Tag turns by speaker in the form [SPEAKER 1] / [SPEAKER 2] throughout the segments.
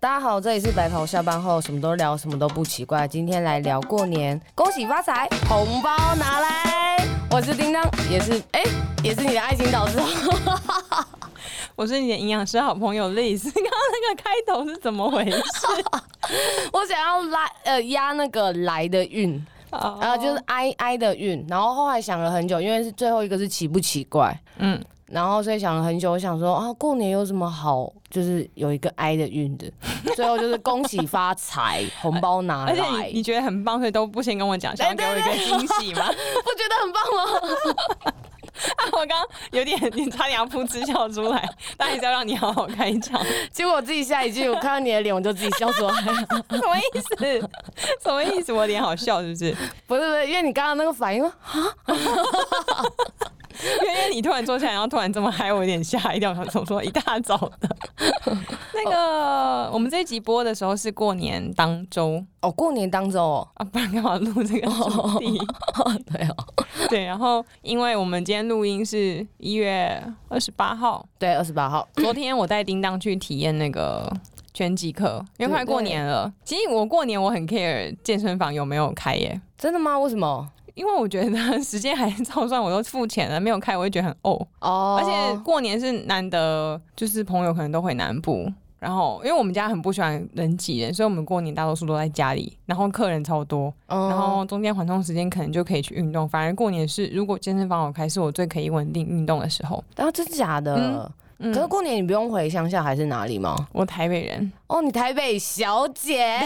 [SPEAKER 1] 大家好，这里是白袍下班后，什么都聊，什么都不奇怪。今天来聊过年，恭喜发财，红包拿来！我是叮当，也是哎、也是你的爱情导师。
[SPEAKER 2] 我是你的营养师好朋友 Liz，刚刚 那个开头是怎么回 事？
[SPEAKER 1] 我想要来呃压那个来的运，
[SPEAKER 2] 啊
[SPEAKER 1] 然后就是哀哀的运，然后后来想了很久，因为是最后一个是奇不奇怪，
[SPEAKER 2] 嗯，
[SPEAKER 1] 然后所以想了很久，我想说啊，过年有什么好，就是有一个哀的运的，最后就是恭喜发财，红包 拿
[SPEAKER 2] 而且
[SPEAKER 1] 来
[SPEAKER 2] 你，你觉得很棒，所以都不先跟我讲，想要给我一个惊喜吗？ 啊
[SPEAKER 1] 不觉得很棒吗？
[SPEAKER 2] 我刚刚有点，你差点要噗嗤笑出来，但还是要让你好好开场，
[SPEAKER 1] 结果我自己下一句，我看到你的脸，我就自己笑 出来。
[SPEAKER 2] 什么意思？ 什么意思？我脸好笑是不是？
[SPEAKER 1] 不是不是，因为你刚刚那个反应，
[SPEAKER 2] 因为你突然坐下来，然后突然这么嗨，我有点吓一跳，想说说一大早的。 那个，我们这一集播的时候是过年当周
[SPEAKER 1] 哦，过年当中哦，
[SPEAKER 2] 啊，不然干嘛录这个主题？
[SPEAKER 1] 对哦，
[SPEAKER 2] 对，然后因为我们今天录音是一月二十八号，
[SPEAKER 1] 对，二十八号，
[SPEAKER 2] 昨天我带叮当去体验那个拳击课，因为快过年了。其实我过年我很 care 健身房有没有开耶，
[SPEAKER 1] 真的吗？为什么？
[SPEAKER 2] 因为我觉得 时间还照算，我都付钱了，没有开我会觉得很哦。
[SPEAKER 1] 哦，
[SPEAKER 2] 而且过年是难得，就是朋友可能都回南部。然后，因为我们家很不喜欢人挤人，所以我们过年大多数都在家里，然后客人超多，
[SPEAKER 1] 嗯，
[SPEAKER 2] 然后中间缓冲时间可能就可以去运动。反而过年是如果健身房有开，是我最可以稳定运动的时候。
[SPEAKER 1] 然后真假的
[SPEAKER 2] 嗯？
[SPEAKER 1] 可是
[SPEAKER 2] 嗯，
[SPEAKER 1] 过年你不用回乡下还是哪里吗？
[SPEAKER 2] 我台北人，
[SPEAKER 1] 哦，你台北小姐，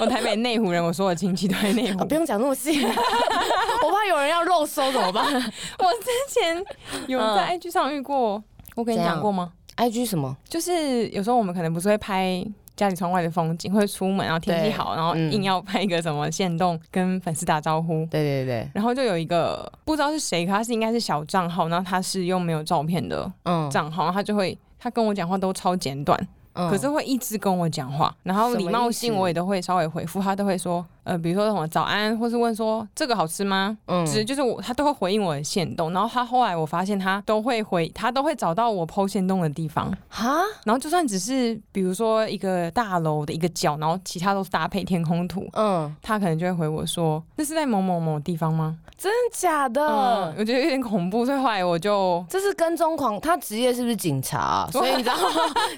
[SPEAKER 2] 我台北内湖人，我所有亲戚都在内湖
[SPEAKER 1] 啊、。不用讲那么 细，我怕有人要肉搜怎么办
[SPEAKER 2] 我之前有人在 IG 上遇过，我跟
[SPEAKER 1] 嗯
[SPEAKER 2] 你
[SPEAKER 1] 怎样
[SPEAKER 2] 讲过吗？
[SPEAKER 1] ？IG 什么？
[SPEAKER 2] 就是有时候我们可能不是会拍。家里窗外的风景，会出门，然后天气
[SPEAKER 1] 对
[SPEAKER 2] 好，然后
[SPEAKER 1] 嗯
[SPEAKER 2] 硬要拍一个什么线动跟粉丝打招呼，
[SPEAKER 1] 对对对，
[SPEAKER 2] 然后就有一个不知道是谁，可他是应该是小账号，然后他是用没有照片的
[SPEAKER 1] 嗯，
[SPEAKER 2] 账号，然后他就会他跟我讲话都超简短，
[SPEAKER 1] 嗯
[SPEAKER 2] 可是会一直跟我讲话，然后礼貌
[SPEAKER 1] 什么
[SPEAKER 2] 性
[SPEAKER 1] 意思
[SPEAKER 2] 我也都会稍微回复，他都会说，呃，比如说什么早安，或是问说这个好吃吗？
[SPEAKER 1] 嗯
[SPEAKER 2] 只是就是我他都会回应我的线动，然后他后来我发现他都会回，他都会找到我剖线动的地方，
[SPEAKER 1] 哈，
[SPEAKER 2] 然后就算只是比如说一个大楼的一个角，然后其他都是搭配天空图。
[SPEAKER 1] 嗯，
[SPEAKER 2] 他可能就会回我说：“这是在某某某地方吗
[SPEAKER 1] 真假？”的？
[SPEAKER 2] 嗯，我觉得有点恐怖，所以后来我就
[SPEAKER 1] 这是跟踪狂，他职业是不是警察啊、 所以你知道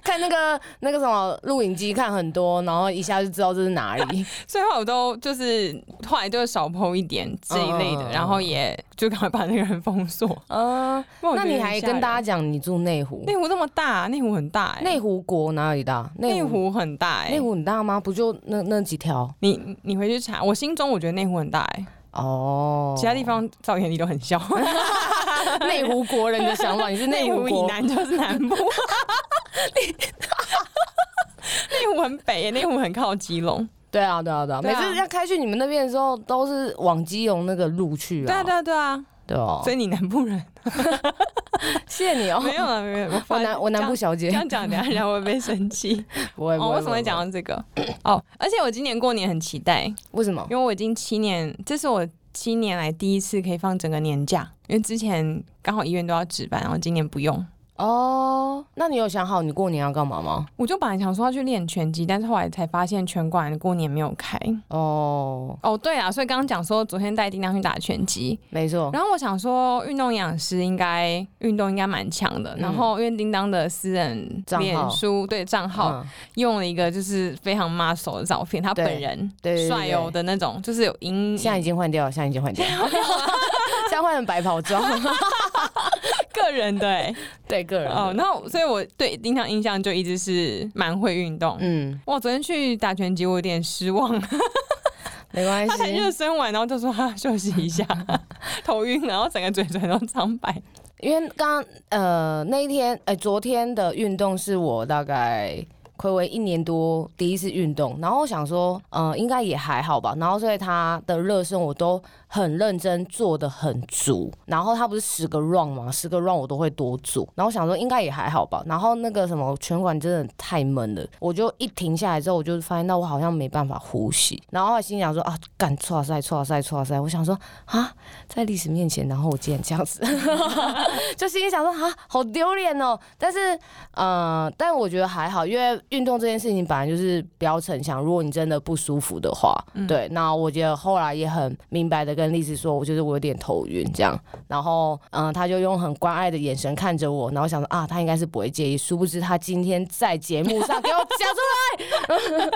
[SPEAKER 1] 看那个那个什么录影机看很多，然后一下就知道这是哪 里。
[SPEAKER 2] 最后我都就是后来就少剖一点这一类的，
[SPEAKER 1] 嗯
[SPEAKER 2] 然后也就赶快把那个人封 锁。哦
[SPEAKER 1] 嗯，那你还跟大家
[SPEAKER 2] 家
[SPEAKER 1] 讲你住内湖？
[SPEAKER 2] 内湖这么大，内湖很大、欸，
[SPEAKER 1] 内湖国哪里大？
[SPEAKER 2] 内
[SPEAKER 1] 湖
[SPEAKER 2] 湖很大、欸，
[SPEAKER 1] 内湖很大吗？不就那那几条？
[SPEAKER 2] 你你回去查，我心中我觉得内湖很大、欸，
[SPEAKER 1] 哦，
[SPEAKER 2] 其他地方照眼里都很小。
[SPEAKER 1] 内湖国人的想 法，你是内
[SPEAKER 2] 内
[SPEAKER 1] 湖
[SPEAKER 2] 湖以
[SPEAKER 1] 国，
[SPEAKER 2] 南就是南部，内湖很北、欸，内湖很靠基隆。
[SPEAKER 1] 对啊，对啊，对啊，
[SPEAKER 2] 对
[SPEAKER 1] 每
[SPEAKER 2] 啊
[SPEAKER 1] 次要开去你们那边的时候，都是往基隆那个路去啊。
[SPEAKER 2] 对啊，对啊，对啊，
[SPEAKER 1] 对哦
[SPEAKER 2] 所，以你南部人
[SPEAKER 1] 谢谢你哦。
[SPEAKER 2] 没有了，没有啦。
[SPEAKER 1] 我 南我南部小 姐
[SPEAKER 2] 这，样讲，等一下人家会被生气。
[SPEAKER 1] 不会不
[SPEAKER 2] 哦，
[SPEAKER 1] 会。
[SPEAKER 2] 为什么会讲
[SPEAKER 1] 不
[SPEAKER 2] 到这个？哦，而且我今年过年很期待，
[SPEAKER 1] 会？为什么？
[SPEAKER 2] 因为我已经七年，这是我七年来第一次可以放整个年假，因为之前刚好医院都要值班，然后今年不用。
[SPEAKER 1] 哦，那你有想好你过年要干嘛吗？
[SPEAKER 2] 我就本来想说要去练拳击，但是后来才发现拳馆过年没有开。
[SPEAKER 1] 哦，
[SPEAKER 2] 哦，对啊，所以刚刚讲说昨天带叮当去打拳击，
[SPEAKER 1] 没错，
[SPEAKER 2] 然后我想说运动营养师应该运动应该蛮强的，
[SPEAKER 1] 嗯
[SPEAKER 2] 然后因为叮当的私人
[SPEAKER 1] 账号
[SPEAKER 2] 脸书对账号
[SPEAKER 1] 嗯，
[SPEAKER 2] 用了一个就是非常 muscle 的照片，他
[SPEAKER 1] 对
[SPEAKER 2] 本人
[SPEAKER 1] 对对对
[SPEAKER 2] 帅哦的那种，就是有阴
[SPEAKER 1] 现在已经换掉了，现在已经换掉 了，现在换成白袍装，
[SPEAKER 2] 个人的哎、
[SPEAKER 1] 对个人
[SPEAKER 2] 哦，
[SPEAKER 1] 的，
[SPEAKER 2] 然后所以我对丁香印象就一直是蛮会运动。
[SPEAKER 1] 嗯，
[SPEAKER 2] 哇，昨天去打拳击我有点失望，
[SPEAKER 1] 没关
[SPEAKER 2] 他才
[SPEAKER 1] 系，
[SPEAKER 2] 热身完，然后就说他休息 一下，头晕，然后整个嘴唇都苍白。
[SPEAKER 1] 因为刚刚呃那一天，哎、昨天的运动是我大概。暌违一年多嗯第一次运动，然后我想说，呃，应该也还好吧。然后所以他的热身我都很认真做的很足，然后他不是十个 round 嘛，十个 round 我都会多做，然后我想说应该也还好吧，然后那个什么拳馆真的太闷了，我就一停下来之后，我就发现到我好像没办法呼吸，然后我心想说啊，干错赛错赛错赛，我想说啊，在历史面前，然后我竟然这样子，就心里想说啊，好丢脸哦，但是嗯，但我觉得还好，因为运动这件事情本来就是不要逞强。如果你真的不舒服的话，对，那我觉得后来也很明白的跟丽子说，我觉得我有点头晕这样，然后嗯，他就用很关爱的眼神看着我，然后想说啊，他应该是不会介意，殊不知他今天在节目上给我讲出来，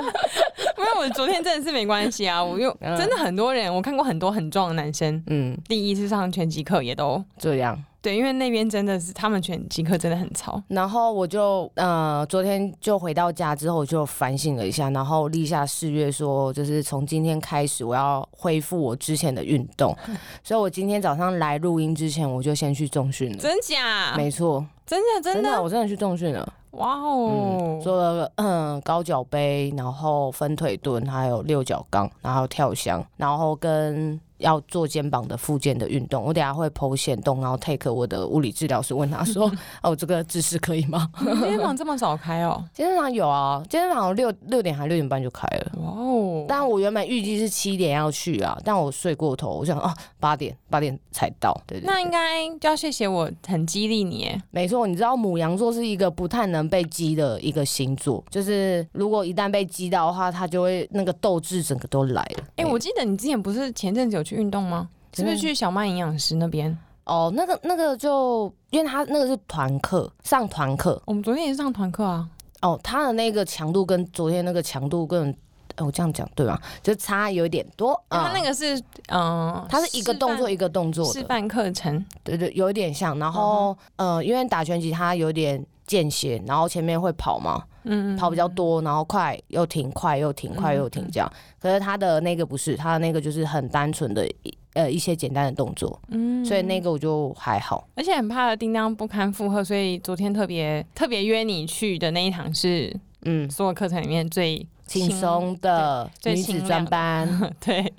[SPEAKER 2] 因为我昨天真的是没关系啊，我又
[SPEAKER 1] 嗯
[SPEAKER 2] 真的很多人，我看过很多很壮的男生，
[SPEAKER 1] 嗯，
[SPEAKER 2] 第一次上拳击课也都
[SPEAKER 1] 这样。
[SPEAKER 2] 对，因为那边真的是他们拳击课真的很吵，
[SPEAKER 1] 然后我就呃，昨天就回到家之后我就反省了一下，然后立下誓约说，就是从今天开始我要恢复我之前的运 动，所以我今天早上来录音之前我就先去重训了。
[SPEAKER 2] 真假？
[SPEAKER 1] 嗯没错，
[SPEAKER 2] 真的真的，
[SPEAKER 1] 我真的去哦重训了，嗯
[SPEAKER 2] 哇哦！
[SPEAKER 1] 做了嗯高脚杯，然后分腿蹲，还有六角杠，然后还有跳箱，然后跟要做肩膀的附件的运动。我等一下会剖线动，然后 take 我的物理治疗师问他 说，哦，这个姿势可以吗？
[SPEAKER 2] 肩膀这么早开哦，
[SPEAKER 1] 健身房有啊，健身房六六点还六点半就开了。
[SPEAKER 2] 哇哦！
[SPEAKER 1] 但我原本预计是七点要去啊，但我睡过头，我想啊八点八点才到。对对
[SPEAKER 2] 那应该就要谢谢我很激励你耶，
[SPEAKER 1] 没错，你知道母羊座是一个不太能被激的一个星座，就是如果一旦被激到的话，它就会那个斗志整个都来了。
[SPEAKER 2] 哎、我记得你之前不是前阵子有去运动吗？是
[SPEAKER 1] 真
[SPEAKER 2] 不
[SPEAKER 1] 的
[SPEAKER 2] 是去小曼营养师那边？
[SPEAKER 1] 哦，那个那个就因为他那个是团课，上团课
[SPEAKER 2] 我们昨天也是上团课啊。
[SPEAKER 1] 哦，他的那个强度跟昨天那个强度跟哦我这样讲对吗？就差有点多
[SPEAKER 2] 他
[SPEAKER 1] 啊。
[SPEAKER 2] 那个是哦嗯，
[SPEAKER 1] 它是一个动作一个动作的
[SPEAKER 2] 示范课程，
[SPEAKER 1] 对对，有一点像。然后，
[SPEAKER 2] 嗯
[SPEAKER 1] 呃，因为打拳击它有点间歇，然后前面会跑嘛，
[SPEAKER 2] 嗯，
[SPEAKER 1] 跑比较多，然后快又停，快又停，快又停这样。可是它的那个不是，它的那个就是很单纯的一呃一些简单的动作，
[SPEAKER 2] 嗯
[SPEAKER 1] 所以那个我就还好。
[SPEAKER 2] 而且很怕叮当不堪负荷，所以昨天特别特别约你去的那一堂是
[SPEAKER 1] 嗯，
[SPEAKER 2] 所有课程里面最
[SPEAKER 1] 轻松的
[SPEAKER 2] 最
[SPEAKER 1] 女
[SPEAKER 2] 轻
[SPEAKER 1] 子专
[SPEAKER 2] 量的
[SPEAKER 1] 班，
[SPEAKER 2] 对。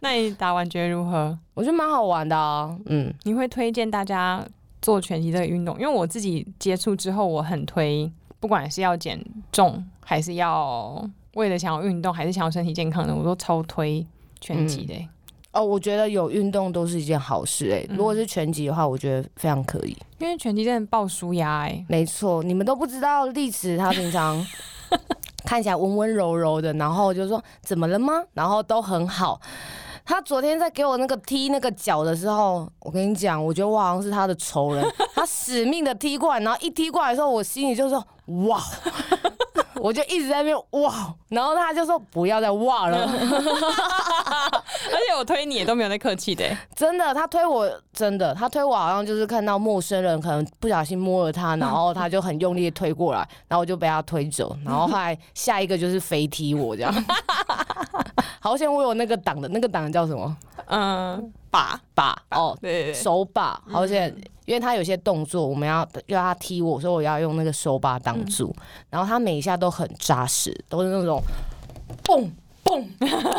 [SPEAKER 2] 那你打完觉得如何？
[SPEAKER 1] 我觉得蛮好玩的啊。嗯，
[SPEAKER 2] 你会推荐大家做拳击这个运动？因为我自己接触之后，我很推，不管是要减重，还是要为了想要运动，还是想要身体健康的，我都超推拳击的欸、
[SPEAKER 1] 哦，我觉得有运动都是一件好事哎、
[SPEAKER 2] 嗯
[SPEAKER 1] 如果是拳击的话，我觉得非常可以。
[SPEAKER 2] 因为拳击真的爆舒压哎。
[SPEAKER 1] 没错，你们都不知道丽池她平常看起来温温柔柔的，然后就说怎么了吗？然后都很好。她昨天在给我那个踢那个脚的时候，我跟你讲，我觉得我好像是她的仇人。她死命的踢过来，然后一踢过来的时候，我心里就说哇， 我就一直在那边哇，然后她就说不要再哇了，
[SPEAKER 2] 而且我推你也都没有在客气的欸、
[SPEAKER 1] 真的，她推我真的，她推我好像就是看到陌生人可能不小心摸了她，然后她就很用力的推过来，然后我就被她推走，然后后来下一个就是飞踢我这样， 好险我有那个挡的，那个挡的叫什么
[SPEAKER 2] 嗯，把
[SPEAKER 1] 把哦，
[SPEAKER 2] 对对对，
[SPEAKER 1] 手把，好险。因为他有些动作，我们要要他踢我，所以我要用那个手把挡住。然后他每一下都很扎实，都是那种蹦蹦。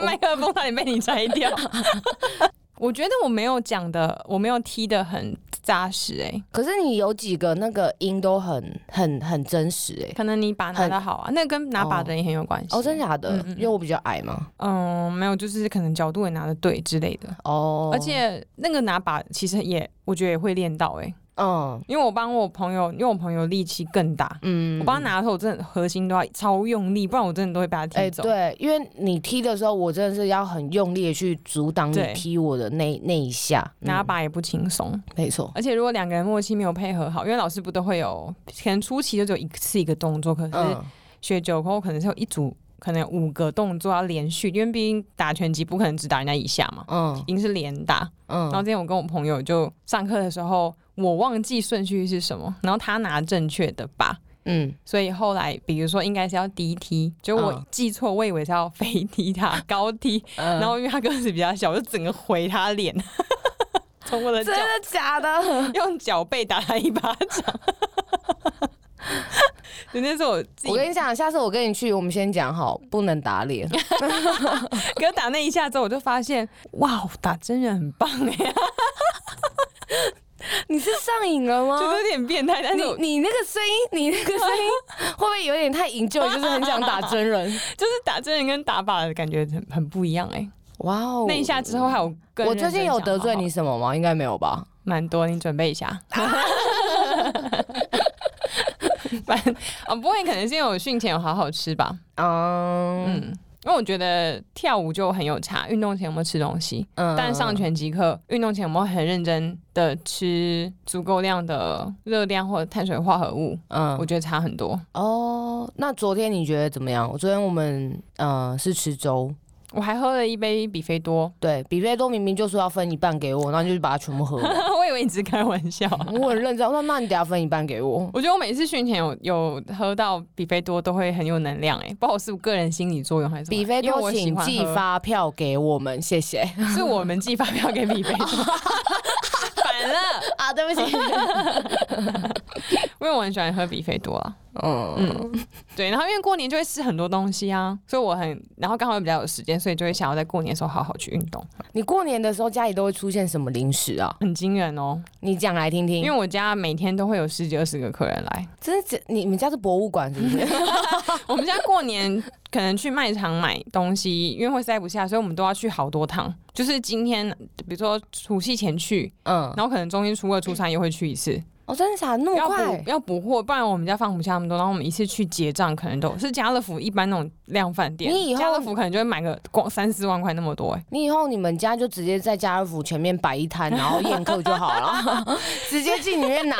[SPEAKER 2] 麦克风差点被你摘 掉。我觉得我没有讲的，我没有踢的很扎实哎、
[SPEAKER 1] 可是你有几个那个音都很很很真实哎、
[SPEAKER 2] 可能你把拿的好啊，那跟拿把的也很有关系
[SPEAKER 1] 哦，真假的？因为我比较矮嘛。
[SPEAKER 2] 嗯，没有，就是可能角度也拿的对之类的。
[SPEAKER 1] 哦，
[SPEAKER 2] 而且那个拿把其实也，我觉得也会练到哎、欸，
[SPEAKER 1] 嗯
[SPEAKER 2] 因为我帮我朋友，因为我朋友力气更大，
[SPEAKER 1] 嗯
[SPEAKER 2] 我帮他拿的时候，我真的核心都要超用力，不然我真的都会被他
[SPEAKER 1] 哎、
[SPEAKER 2] 踢走。
[SPEAKER 1] 对，因为你踢的时候，我真的是要很用力的去阻挡你
[SPEAKER 2] 对
[SPEAKER 1] 踢我的那那一下。
[SPEAKER 2] 拿
[SPEAKER 1] 嗯、
[SPEAKER 2] 把也不轻松，
[SPEAKER 1] 没错。
[SPEAKER 2] 而且如果两个人默契没有配合好，因为老师不都会有，可能初期就只有一次一个动作，可是
[SPEAKER 1] 嗯，
[SPEAKER 2] 学久后可能是有一组，可能有五个动作要连续，因为毕竟打拳击不可能只打人家一下嘛，
[SPEAKER 1] 嗯
[SPEAKER 2] 一定是连打。然后
[SPEAKER 1] 嗯，
[SPEAKER 2] 之前我跟我朋友就上课的时候，我忘记顺序是什么，然后他拿正确的把，
[SPEAKER 1] 嗯，
[SPEAKER 2] 所以后来比如说应该是要低踢，结果我
[SPEAKER 1] 嗯
[SPEAKER 2] 记错，我以为是要飞踢他高 踢，
[SPEAKER 1] 然
[SPEAKER 2] 然后因为他个子比较小，我就整个回他脸， 从我的脚
[SPEAKER 1] 真的假的？
[SPEAKER 2] 用脚背打他一巴掌。 对，那是我 自己
[SPEAKER 1] 我，跟你讲，下次我跟你去，我们先讲好，不能打脸。
[SPEAKER 2] 可是打那一下之后，我就发现，哇，打真人很棒哎、
[SPEAKER 1] 啊你是上瘾了吗？
[SPEAKER 2] 就是有点变态，但是我
[SPEAKER 1] 你你那个声音，你那个声音会不会有点太营救？就是很想打真人。
[SPEAKER 2] 就是打真人跟打靶的感觉很很不一样哎、
[SPEAKER 1] 哇哦！
[SPEAKER 2] 那一下之后还有更
[SPEAKER 1] 我
[SPEAKER 2] 认真
[SPEAKER 1] 最近有
[SPEAKER 2] 想
[SPEAKER 1] 得罪
[SPEAKER 2] 好好
[SPEAKER 1] 你什么吗？应该没有吧？
[SPEAKER 2] 蛮多，你准备一下。 反啊、不会，可能是因为我训前有好好吃吧。
[SPEAKER 1] 嗯
[SPEAKER 2] 嗯，因为我觉得跳舞就很有差，运动前有没有吃东西？
[SPEAKER 1] 嗯
[SPEAKER 2] 但上拳击课，运动前有没有很认真的吃足够量的热量或者碳水化合物？我
[SPEAKER 1] 嗯
[SPEAKER 2] 觉得差很多。
[SPEAKER 1] 哦，那昨天你觉得怎么样？我昨天我们呃是吃粥，
[SPEAKER 2] 我还喝了一杯比菲多，
[SPEAKER 1] 对比菲多明明就说要分一半给我，然后你就把它全部喝 完。
[SPEAKER 2] 我以为你只是开玩笑。
[SPEAKER 1] 我很认真，那那你等下分一半给我。
[SPEAKER 2] 我觉得我每次训前有有喝到比菲多都会很有能量、欸，哎，不好是我个人心理作用还是什么
[SPEAKER 1] 比菲
[SPEAKER 2] 因为
[SPEAKER 1] 多，
[SPEAKER 2] 我喜
[SPEAKER 1] 请
[SPEAKER 2] 欢
[SPEAKER 1] 寄
[SPEAKER 2] 喝
[SPEAKER 1] 发票给我们，谢谢。
[SPEAKER 2] 是我们寄发票给比菲 多，反了，
[SPEAKER 1] 啊，对不起。
[SPEAKER 2] 因为我很喜欢喝比菲多啊。
[SPEAKER 1] 嗯，
[SPEAKER 2] 对，然后因为过年就会吃很多东西啊，所以我很，然后刚好又比较有时间，所以就会想要在过年的时候好好去运动，
[SPEAKER 1] 你过年的时候家里都会出现什么零食啊？
[SPEAKER 2] 很惊人哦。
[SPEAKER 1] 你讲来听
[SPEAKER 2] 因
[SPEAKER 1] 听
[SPEAKER 2] 为。我家每天都会有十几二十个客人来，
[SPEAKER 1] 真的假，你们家是博物馆是不是？
[SPEAKER 2] 我们家过年可能去卖场买东西，因为会塞不下，所以我们都要去好多趟。就是今天，比如说除夕前去，
[SPEAKER 1] 嗯，
[SPEAKER 2] 然后可能中间初二、初三又会去一次，
[SPEAKER 1] 哦，真的假的？那么
[SPEAKER 2] 要
[SPEAKER 1] 快
[SPEAKER 2] 补？要补货，不然我们家放不下那么多。然后我们一次去结账，可能都是家乐福一般那种量饭店，
[SPEAKER 1] 你以后
[SPEAKER 2] 家乐福可能就会买个光三四万块那么多、欸，
[SPEAKER 1] 你以后你们家就直接在家乐福前面摆一摊，然后宴客就好 了，直接进里面拿。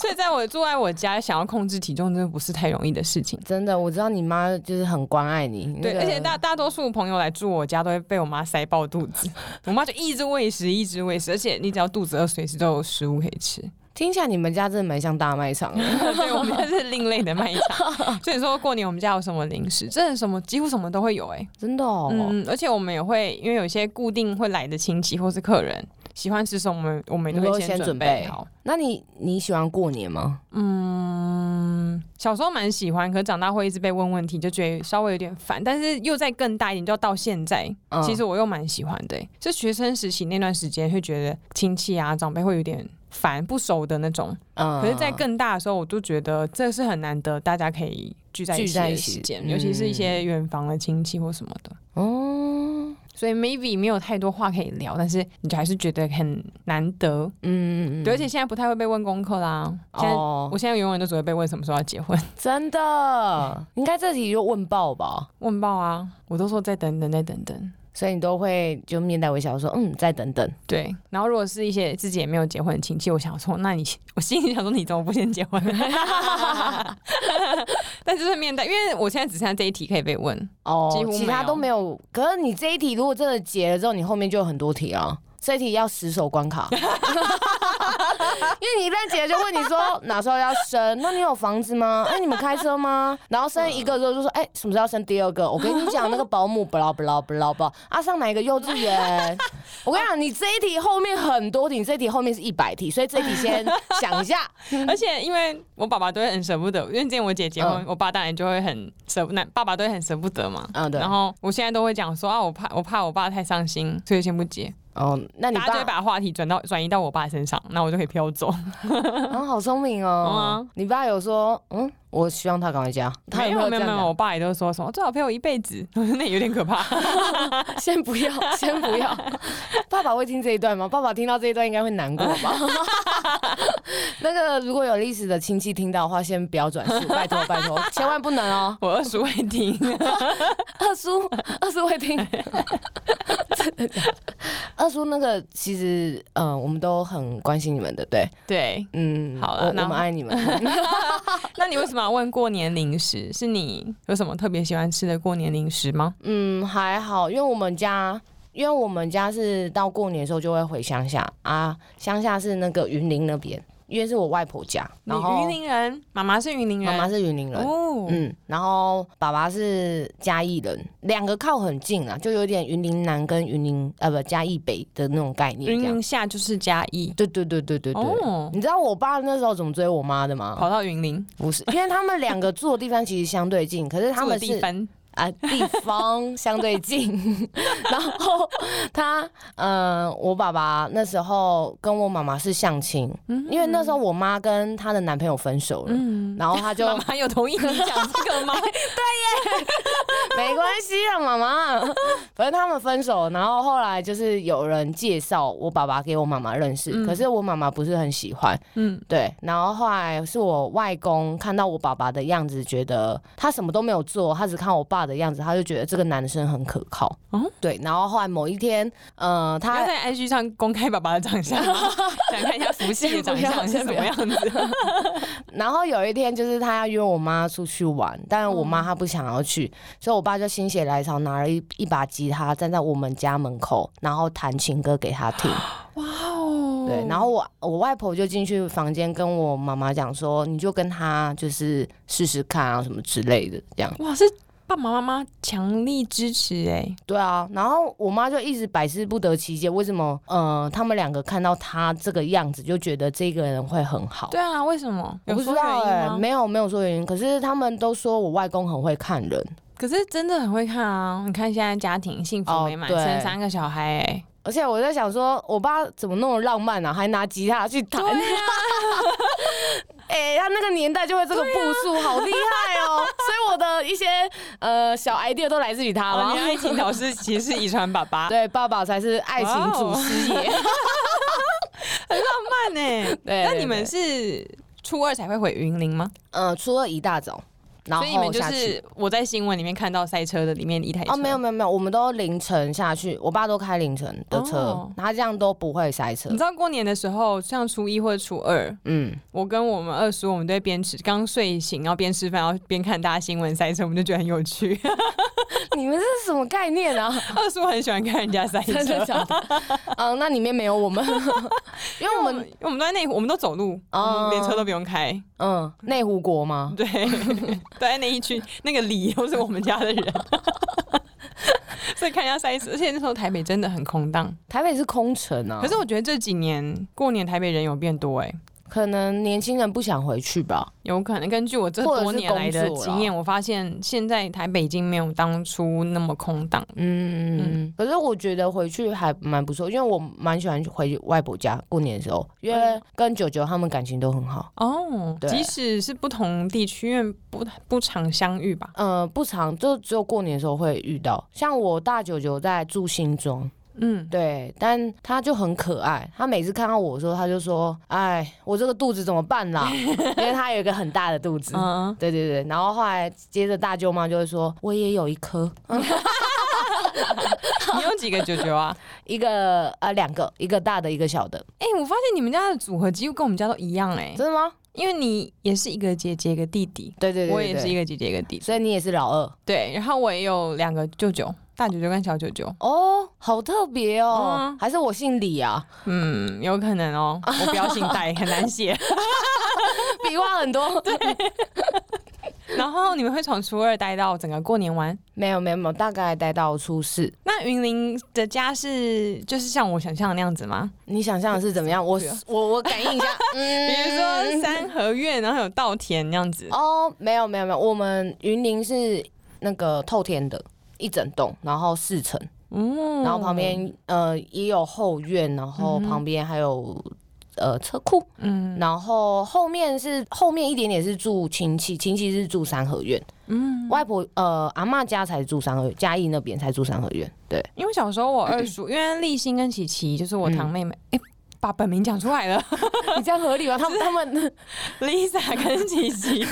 [SPEAKER 2] 所以在我住在我家，想要控制体重真的不是太容易的事情。
[SPEAKER 1] 真的，我知道你妈就是很关爱你。
[SPEAKER 2] 对，
[SPEAKER 1] 那个
[SPEAKER 2] 而且大大多数朋友来住我家都会被我妈塞爆肚子，我妈就一直喂食，一直喂食，而且你只要肚子饿，随时都有食物可以吃。
[SPEAKER 1] 听起来你们家真的蛮像大卖场的。
[SPEAKER 2] 对，我们家是另类的卖 场，所以说过年我们家有什么零食，真的什么几乎什么都会有、欸，哎，
[SPEAKER 1] 真的哦。
[SPEAKER 2] 嗯，而且我们也会，因为有一些固定会来的亲戚或是客人喜欢吃什么，我们我们
[SPEAKER 1] 你
[SPEAKER 2] 都
[SPEAKER 1] 都
[SPEAKER 2] 会
[SPEAKER 1] 会先
[SPEAKER 2] 准
[SPEAKER 1] 准
[SPEAKER 2] 备
[SPEAKER 1] 备
[SPEAKER 2] 好。
[SPEAKER 1] 那你你喜欢过年吗？
[SPEAKER 2] 嗯，小时候蛮喜欢，可是长大会一直被问问题，就觉得稍微有点烦。但是又再更大一点，就到现在，
[SPEAKER 1] 嗯
[SPEAKER 2] 其实我又蛮喜欢的、欸。就学生时期那段时间，会觉得亲戚啊长辈会有点烦，不熟的那种。
[SPEAKER 1] 嗯
[SPEAKER 2] 可是，在更大的时候，我就觉得这是很难得，大家可以聚在一
[SPEAKER 1] 聚
[SPEAKER 2] 起
[SPEAKER 1] 在
[SPEAKER 2] 的
[SPEAKER 1] 一起嗯
[SPEAKER 2] 时间，尤其是一些远房的亲戚或什么的。
[SPEAKER 1] 哦，
[SPEAKER 2] 所以 maybe 没有太多话可以聊，但是你就还是觉得很难得，
[SPEAKER 1] 嗯嗯嗯，
[SPEAKER 2] 对，而且现在不太会被问功课啦。现在、
[SPEAKER 1] 哦
[SPEAKER 2] 我，现在永远都只会被问什么时候要结婚，
[SPEAKER 1] 真 的，应该这题就 问爆吧。
[SPEAKER 2] 问爆啊！我都说再等等，再等等。
[SPEAKER 1] 所以你都会就面带微笑说，嗯，再等等。
[SPEAKER 2] 对，然后如果是一些自己也没有结婚的亲戚，我想说，那你我心里想说，你怎么不先结婚？ 但就是面对，因为我现在只剩下这一题可以被问，
[SPEAKER 1] 哦，
[SPEAKER 2] 几乎没有
[SPEAKER 1] 其他都没有。可是你这一题如果真的解了之后，你后面就有很多题啊。这一题要十手关卡，因为你一旦解了就问你说哪时候要生，那你有房子吗？哎、你们开车吗？然后生一个之后就说，哎、什么时候要生第二个？我跟你讲，那个保姆不啦不啦不啦不啦，啊，上哪一个幼稚园？我跟你讲，你这一题后面很多题，你这一题后面是一百题，所以这一题先想一下。
[SPEAKER 2] 而且因为我爸爸都会很舍不得，因为之前我姐结婚，
[SPEAKER 1] 嗯
[SPEAKER 2] 我爸当然就会很舍不，那爸爸都会很舍不得嘛。
[SPEAKER 1] 嗯对
[SPEAKER 2] 然后我现在都会讲说啊，我怕我怕我爸太伤心，所以先不结。
[SPEAKER 1] 哦，那你
[SPEAKER 2] 大家就会
[SPEAKER 1] 爸
[SPEAKER 2] 把话题转到转移到我爸身上，那我就可以飘走。
[SPEAKER 1] 啊，好聪明
[SPEAKER 2] 嗯
[SPEAKER 1] 哦。你爸有说，嗯，我希望他赶快加，他
[SPEAKER 2] 没
[SPEAKER 1] 有没
[SPEAKER 2] 有
[SPEAKER 1] 有
[SPEAKER 2] 没
[SPEAKER 1] 这
[SPEAKER 2] 有
[SPEAKER 1] 样
[SPEAKER 2] 没
[SPEAKER 1] 讲
[SPEAKER 2] 有，我爸也都说什么最好陪我一辈子，那有点可怕。
[SPEAKER 1] 先不要， 先不要。爸爸会听这一段吗？爸爸听到这一段应该会难过 吧？那个如果有历史的亲戚听到的话，先不要转 述，拜托拜托，千万不能哦。
[SPEAKER 2] 我二叔会听，
[SPEAKER 1] 二叔，二叔会 听。二叔，那个其实，呃，我们都很关心你们的， 对，
[SPEAKER 2] 对。
[SPEAKER 1] 嗯，
[SPEAKER 2] 好了
[SPEAKER 1] 我我
[SPEAKER 2] 那
[SPEAKER 1] 们爱你们。
[SPEAKER 2] 那你为什么要问过年零食？是你有什么特别喜欢吃的过年零食吗？
[SPEAKER 1] 嗯，还好，因为我们家，因为我们家是到过年的时候就会回乡下啊，乡下是那个云林那边。因为是我外婆家，
[SPEAKER 2] 你
[SPEAKER 1] 然后
[SPEAKER 2] 云林人，妈妈是云林
[SPEAKER 1] 妈
[SPEAKER 2] 人，
[SPEAKER 1] 妈是云林人，
[SPEAKER 2] 哦，
[SPEAKER 1] 嗯，然后爸爸是嘉义人，两个靠很近啊，就有点云林南跟云林呃不嘉义北的那种概念
[SPEAKER 2] 云
[SPEAKER 1] 这样。
[SPEAKER 2] 林下就是嘉义，
[SPEAKER 1] 对对对对对对。
[SPEAKER 2] 哦，
[SPEAKER 1] 你知道我爸那时候怎么追我妈的吗？
[SPEAKER 2] 跑到云林，
[SPEAKER 1] 不是，因为他们两个住的地方其实相对近，可是他
[SPEAKER 2] 住的
[SPEAKER 1] 们
[SPEAKER 2] 地
[SPEAKER 1] 是
[SPEAKER 2] 方
[SPEAKER 1] 啊、地方相对近。 然后他，嗯、我爸爸那时候跟我妈妈是相亲，
[SPEAKER 2] 嗯
[SPEAKER 1] 因为那时候我妈跟她的男朋友分手了，
[SPEAKER 2] 嗯，
[SPEAKER 1] 然后她 就
[SPEAKER 2] 妈妈有同意你讲这个 吗？
[SPEAKER 1] 没关系啦，妈 妈。反正他们分手，然后后来就是有人介绍我爸爸给我妈妈认识，
[SPEAKER 2] 嗯
[SPEAKER 1] 可是我妈妈不是很喜欢。
[SPEAKER 2] 嗯，
[SPEAKER 1] 对，然后后来是我外公看到我爸爸的样子，觉得他什么都没有做，他只看我爸的样子，他就觉得这个男生很可靠。
[SPEAKER 2] 哦
[SPEAKER 1] 对，然后后来某一天，呃，
[SPEAKER 2] 不要
[SPEAKER 1] 他。
[SPEAKER 2] 在 IG 上公开爸爸的长相 吗，想看一下福系的长相是什么样子。
[SPEAKER 1] 然后有一天，就是他要约我妈出去玩，但是我妈
[SPEAKER 2] 嗯
[SPEAKER 1] 她不想要去，所以我爸就心血来潮拿了一一把吉他，站在我们家门口，然后弹情歌给她听。
[SPEAKER 2] 哇哦
[SPEAKER 1] 对，然后我我外婆就进去房间跟我妈妈讲说，你就跟她就是试试看啊什么之类的，这样。
[SPEAKER 2] 哇，是爸爸妈妈强力支持哎，
[SPEAKER 1] 对啊，然后我妈就一直百思不得其解，为什么呃他们两个看到她这个样子就觉得这个人会很好。
[SPEAKER 2] 对啊，为什么？
[SPEAKER 1] 我
[SPEAKER 2] 有
[SPEAKER 1] 不知
[SPEAKER 2] 说
[SPEAKER 1] 道哎、
[SPEAKER 2] 原因吗？
[SPEAKER 1] 没有没有说原因，可是他们都说我外公很会看人，
[SPEAKER 2] 可是真的很会看啊！你看现在家庭幸福
[SPEAKER 1] 哦
[SPEAKER 2] 美满，
[SPEAKER 1] 对
[SPEAKER 2] 生三个小孩哎，
[SPEAKER 1] 而且我在想说，我爸怎么那么浪漫啊，还拿吉他去弹。
[SPEAKER 2] 啊
[SPEAKER 1] 哎、他那个年代就会这
[SPEAKER 2] 啊
[SPEAKER 1] 个步数，好厉害哦！所以我的一些呃小 idea 都来自于他
[SPEAKER 2] 哦
[SPEAKER 1] 吧
[SPEAKER 2] 你。的爱情导师其实是遗传爸 爸，
[SPEAKER 1] 对，爸爸才是爱情祖师爷。
[SPEAKER 2] 哦浪漫哎。
[SPEAKER 1] 对
[SPEAKER 2] 那你们
[SPEAKER 1] 对
[SPEAKER 2] 是初二才会回云林吗？
[SPEAKER 1] 呃，初二一大早，然
[SPEAKER 2] 所以你们
[SPEAKER 1] 后
[SPEAKER 2] 就
[SPEAKER 1] 下去。
[SPEAKER 2] 是我在新闻里面看到赛车的里面的一台车
[SPEAKER 1] 哦，没有，没有没有，我们都凌晨下去，我爸都开凌晨的车，
[SPEAKER 2] 哦
[SPEAKER 1] 他这样都不会塞车
[SPEAKER 2] 你。知道过年的时候，像初一或者初二，
[SPEAKER 1] 嗯，
[SPEAKER 2] 我跟我们二叔，我们都会边吃刚睡醒，然后边吃饭，然后边看大家新闻赛车，我们就觉得很有趣。
[SPEAKER 1] 你们这是什么概念啊？
[SPEAKER 2] 二叔很喜欢看人家赛车，
[SPEAKER 1] 真的假的？嗯，那里面没有我 们，因为
[SPEAKER 2] 因为
[SPEAKER 1] 我
[SPEAKER 2] 我
[SPEAKER 1] 们
[SPEAKER 2] 们因为我们都在内湖，我们都走路，
[SPEAKER 1] 哦
[SPEAKER 2] 我们连车都不用开，
[SPEAKER 1] 嗯内湖国吗？
[SPEAKER 2] 对， 都在那一区，那个里都是我们家的人。 所以看人家赛车，而且那时候台北真的很空荡。
[SPEAKER 1] 台北是空城啊，
[SPEAKER 2] 可是我觉得这几年过年台北人有变多哎、
[SPEAKER 1] 可能年轻人不想回去吧。
[SPEAKER 2] 有可能根据我这多年来的经验，我发现现在台北已经没有当初那么空荡。
[SPEAKER 1] 嗯，可是我觉得回去还蛮不错，因为我蛮喜欢回外婆家过年的时候，因为跟九九他们感情都很好。
[SPEAKER 2] 哦，
[SPEAKER 1] 对
[SPEAKER 2] 即使是不同地区，因为不不常相遇吧。
[SPEAKER 1] 呃，不常就只有过年的时候会遇到。像我大舅舅在住新庄，
[SPEAKER 2] 嗯，
[SPEAKER 1] 对，但他就很可爱。他每次看到我的时候，他就说：“哎，我这个肚子怎么办啦？”因为他有一个很大的肚 子。
[SPEAKER 2] 嗯，
[SPEAKER 1] 对对对，然后后来接着大舅妈就会说：“我也有一颗，
[SPEAKER 2] 你有几个舅舅 啊？
[SPEAKER 1] 一个呃两个，一个大的，一个小的。
[SPEAKER 2] 哎、我发现你们家的组合几乎跟我们家都一样哎、”
[SPEAKER 1] 真的吗？
[SPEAKER 2] 因为你也是一个姐姐一个弟弟，
[SPEAKER 1] 对对对对
[SPEAKER 2] 我也是一
[SPEAKER 1] 个，
[SPEAKER 2] 个姐姐一个弟弟，
[SPEAKER 1] 所以你也是老二
[SPEAKER 2] 对，然后我也有两个舅舅，大舅舅跟小舅舅，
[SPEAKER 1] 哦，好特别哦。
[SPEAKER 2] 嗯啊
[SPEAKER 1] 还是我姓李啊，
[SPEAKER 2] 嗯，有可能哦，我不要 姓戴，很难写。
[SPEAKER 1] 笔画很 多。对，
[SPEAKER 2] 然后你们会从初二待到整个过年完，
[SPEAKER 1] 没有没有没有，大概待到初四。
[SPEAKER 2] 那云林的家是就是像我想象的那样子吗？
[SPEAKER 1] 你想象的是怎么样？我
[SPEAKER 2] 对啊
[SPEAKER 1] 我我感应一 下，嗯
[SPEAKER 2] 比如说三合院，然后有稻田那样子。
[SPEAKER 1] 哦，没有没有没有，我们云林是那个透天的。一整栋，然后四层，
[SPEAKER 2] 嗯
[SPEAKER 1] 哦然后旁，边、呃也有后院，然后
[SPEAKER 2] 嗯哼
[SPEAKER 1] 旁边还有、呃车库，
[SPEAKER 2] 嗯
[SPEAKER 1] 然后后面是后面一点点是住亲戚，亲戚是住三合院，
[SPEAKER 2] 嗯，
[SPEAKER 1] 外婆呃阿嬷家才住三合院，嘉义那边才住三合院，对，
[SPEAKER 2] 因为小时候我二叔，因为立新跟琪琪就是我堂妹妹，
[SPEAKER 1] 嗯
[SPEAKER 2] 哎、把本名讲出来了
[SPEAKER 1] 你这样合理吗？他 们他们
[SPEAKER 2] ，Lisa 跟琪 琪，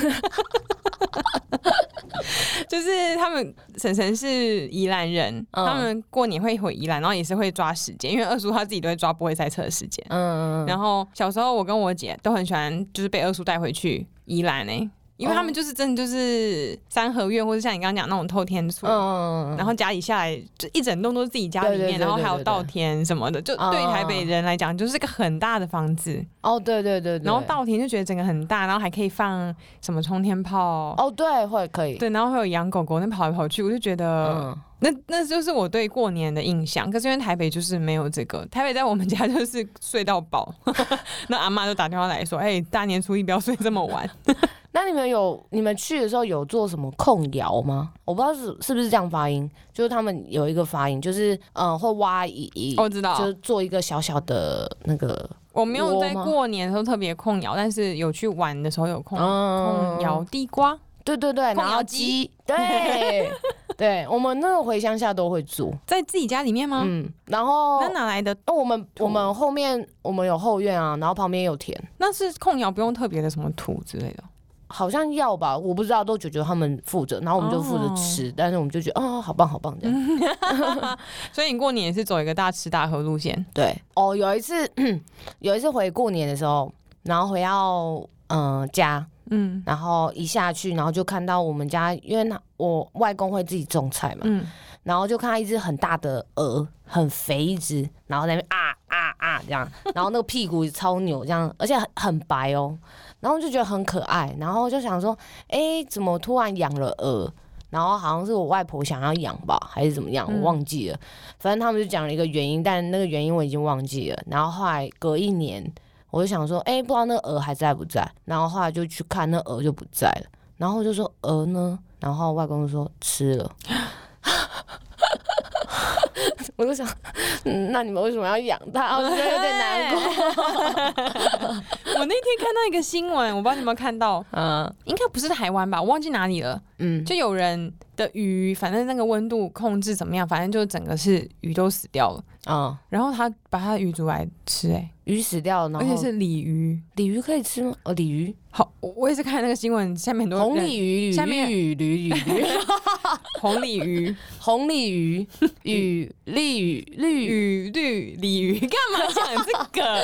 [SPEAKER 2] 就是他们婶婶是宜兰人，
[SPEAKER 1] 嗯
[SPEAKER 2] 他们过年会回宜兰，然后也是会抓时间，因为二叔他自己都会抓不会塞车的时间。
[SPEAKER 1] 嗯，
[SPEAKER 2] 然后小时候我跟我姐都很喜欢，就是被二叔带回去宜兰诶、欸因为他
[SPEAKER 1] 哦
[SPEAKER 2] 们就是真的就是三合院，或者像你刚刚讲那种透天厝，
[SPEAKER 1] 嗯，
[SPEAKER 2] 然后家里下来就一整栋都是自己家里
[SPEAKER 1] 对对
[SPEAKER 2] 面，
[SPEAKER 1] 对
[SPEAKER 2] 然后还有
[SPEAKER 1] 对对
[SPEAKER 2] 稻田什么的，就
[SPEAKER 1] 啊
[SPEAKER 2] 对台北人来讲就是个很大的房子。
[SPEAKER 1] 哦，对对对对，
[SPEAKER 2] 然后稻田就觉得整个很大，然后还可以放什么冲天炮，
[SPEAKER 1] 哦，对，会可以，
[SPEAKER 2] 对，然后会有养狗狗那跑来跑去，我就觉得、
[SPEAKER 1] 嗯，
[SPEAKER 2] 那那就是我对过年的印象。可是因为台北就是没有这个，台北在我们家就是睡到饱， 那阿妈就打电话来说：“哎、大年初一不要睡这 么晚。”
[SPEAKER 1] 那你们有你们去的时候有做什么控窑吗？我不知道是是不是这样发音，就是他们有一个发音，就是嗯、呃会挖一一，
[SPEAKER 2] 我哦知道，
[SPEAKER 1] 就是做一个小小的那个，
[SPEAKER 2] 我没有
[SPEAKER 1] 窝
[SPEAKER 2] 在
[SPEAKER 1] 吗
[SPEAKER 2] 过年的时候特别控窑，但是有去玩的时候有控、
[SPEAKER 1] 嗯
[SPEAKER 2] 控窑地瓜。
[SPEAKER 1] 对对对，
[SPEAKER 2] 控
[SPEAKER 1] 然
[SPEAKER 2] 窑
[SPEAKER 1] 后
[SPEAKER 2] 鸡
[SPEAKER 1] 鸡， 对对，我们那个回乡下都会做，
[SPEAKER 2] 在自己家里面吗？
[SPEAKER 1] 嗯，然后
[SPEAKER 2] 那哦哪来的？
[SPEAKER 1] 那我们我们后面我们有后院啊，然后旁边有田，
[SPEAKER 2] 那是控窑不用特别的什么土之类的。
[SPEAKER 1] 好像要吧，我不知道，都九九他们负责，然后我们就负责吃，但是我们就觉得哦，好棒好棒这
[SPEAKER 2] 嗯
[SPEAKER 1] 样。
[SPEAKER 2] 所以你过年也是走一个大吃大喝路线。
[SPEAKER 1] 对，哦，有一次 有一次回过年的时候，然后回到嗯、呃家，
[SPEAKER 2] 嗯
[SPEAKER 1] 然后一下去，然后就看到我们家，因为那我外公会自己种菜嘛，
[SPEAKER 2] 嗯，
[SPEAKER 1] 然后就看到一只很大的鹅，很肥一只，然后在那边啊啊啊这样，然后那个屁股超扭这样，而且很很白哦，然后就觉得很可爱，然后就想说，哎，怎么突然养了鹅？然后好像是我外婆想要养吧，还是怎么样，
[SPEAKER 2] 嗯
[SPEAKER 1] 我忘记了。反正他们就讲了一个原因，但那个原因我已经忘记了。然后后来隔一年，我就想说，哎，不知道那个鹅还在不在？然后后来就去看，那鹅就不在了。然后我就说鹅呢？然后外公就说吃了。 我就想，嗯，那你们为什么要养它？哦我就有点 难过。
[SPEAKER 2] 我那天看到一个新闻，我不知道你有没有看到，
[SPEAKER 1] 嗯
[SPEAKER 2] 应该不是台湾吧？我忘记哪里了。
[SPEAKER 1] 嗯，
[SPEAKER 2] 就有人的鱼，反正那个温度控制怎么样，反正就整个是鱼都死掉了。
[SPEAKER 1] 啊、
[SPEAKER 2] 然后他把他的鱼煮来吃、哎，
[SPEAKER 1] 鱼死掉了，
[SPEAKER 2] 而
[SPEAKER 1] 然
[SPEAKER 2] 且
[SPEAKER 1] 后
[SPEAKER 2] 是鲤鱼。
[SPEAKER 1] 鲤鱼可以吃吗？哦，鲤鱼，
[SPEAKER 2] 好，我我也是看那个新闻，下面很多人
[SPEAKER 1] 红鲤鱼，
[SPEAKER 2] 下面
[SPEAKER 1] 鲤鱼，鲤鱼，鲤鱼
[SPEAKER 2] 红鲤鱼、
[SPEAKER 1] 红鲤鱼，鱼，鲤鱼，绿鱼，
[SPEAKER 2] 鱼、绿鲤鱼，干嘛讲这个？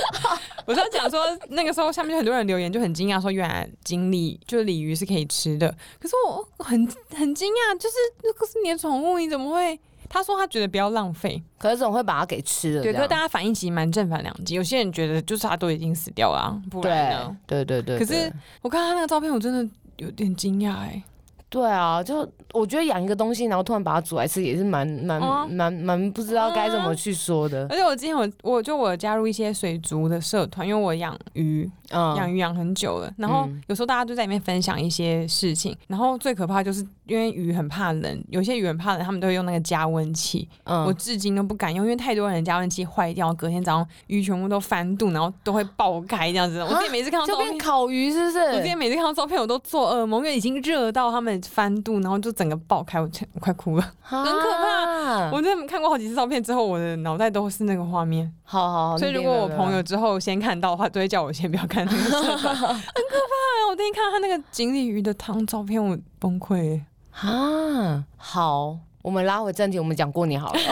[SPEAKER 2] 我是要讲说，那个时候下面就很多人留言，就很惊讶说，原来锦鲤就是鲤鱼是可以吃的。可是我我很很惊讶，就是那个是你的宠物，你怎么会？他说他觉得不要浪费，
[SPEAKER 1] 可是总会把它给吃了。
[SPEAKER 2] 对，
[SPEAKER 1] 这
[SPEAKER 2] 可是
[SPEAKER 1] 样
[SPEAKER 2] 大家反应其实蛮正反两极。有些人觉得就是他都已经死掉了啊、不然呢？
[SPEAKER 1] 对对对对。
[SPEAKER 2] 可是
[SPEAKER 1] 对
[SPEAKER 2] 我看他那个照片，我真的有点惊讶哎。
[SPEAKER 1] 对啊，就我觉得养一个东西，然后突然把它煮来吃，也是蛮蛮
[SPEAKER 2] 嗯
[SPEAKER 1] 蛮蛮不知道该怎么去说的。
[SPEAKER 2] 而且我之前我我就我加入一些水族的社团，因为我养鱼，养
[SPEAKER 1] 嗯，
[SPEAKER 2] 鱼养很久了，然后
[SPEAKER 1] 嗯
[SPEAKER 2] 有时候大家就在里面分享一些事情，然后最可怕就是因为鱼很怕冷，有些鱼很怕冷，他们都会用那个加温器，我
[SPEAKER 1] 嗯，
[SPEAKER 2] 至今都不敢用，因为太多人的加温器坏掉，隔天早上鱼全部都翻肚，然后都会爆开这样子。我之前每次看到
[SPEAKER 1] 就
[SPEAKER 2] 照
[SPEAKER 1] 变
[SPEAKER 2] 片。
[SPEAKER 1] 烤鱼是不是？
[SPEAKER 2] 我之前每次看到照片，我都做噩梦，因为已经热到他们翻肚，然后就整个爆开，我我快哭了。
[SPEAKER 1] 很
[SPEAKER 2] 可
[SPEAKER 1] 怕
[SPEAKER 2] 我真的看过好几次照片之后，我的脑袋都是那个画面。
[SPEAKER 1] 好好好，
[SPEAKER 2] 所以如
[SPEAKER 1] 那
[SPEAKER 2] 果
[SPEAKER 1] 边
[SPEAKER 2] 我
[SPEAKER 1] 没有
[SPEAKER 2] 朋友之后先看到的话，都会叫我先不要看那个社团，很可怕、啊。我那天看到他那个锦鲤鱼的汤照片，我崩溃耶。
[SPEAKER 1] 啊，好，我们拉回正题，我们讲过年好了。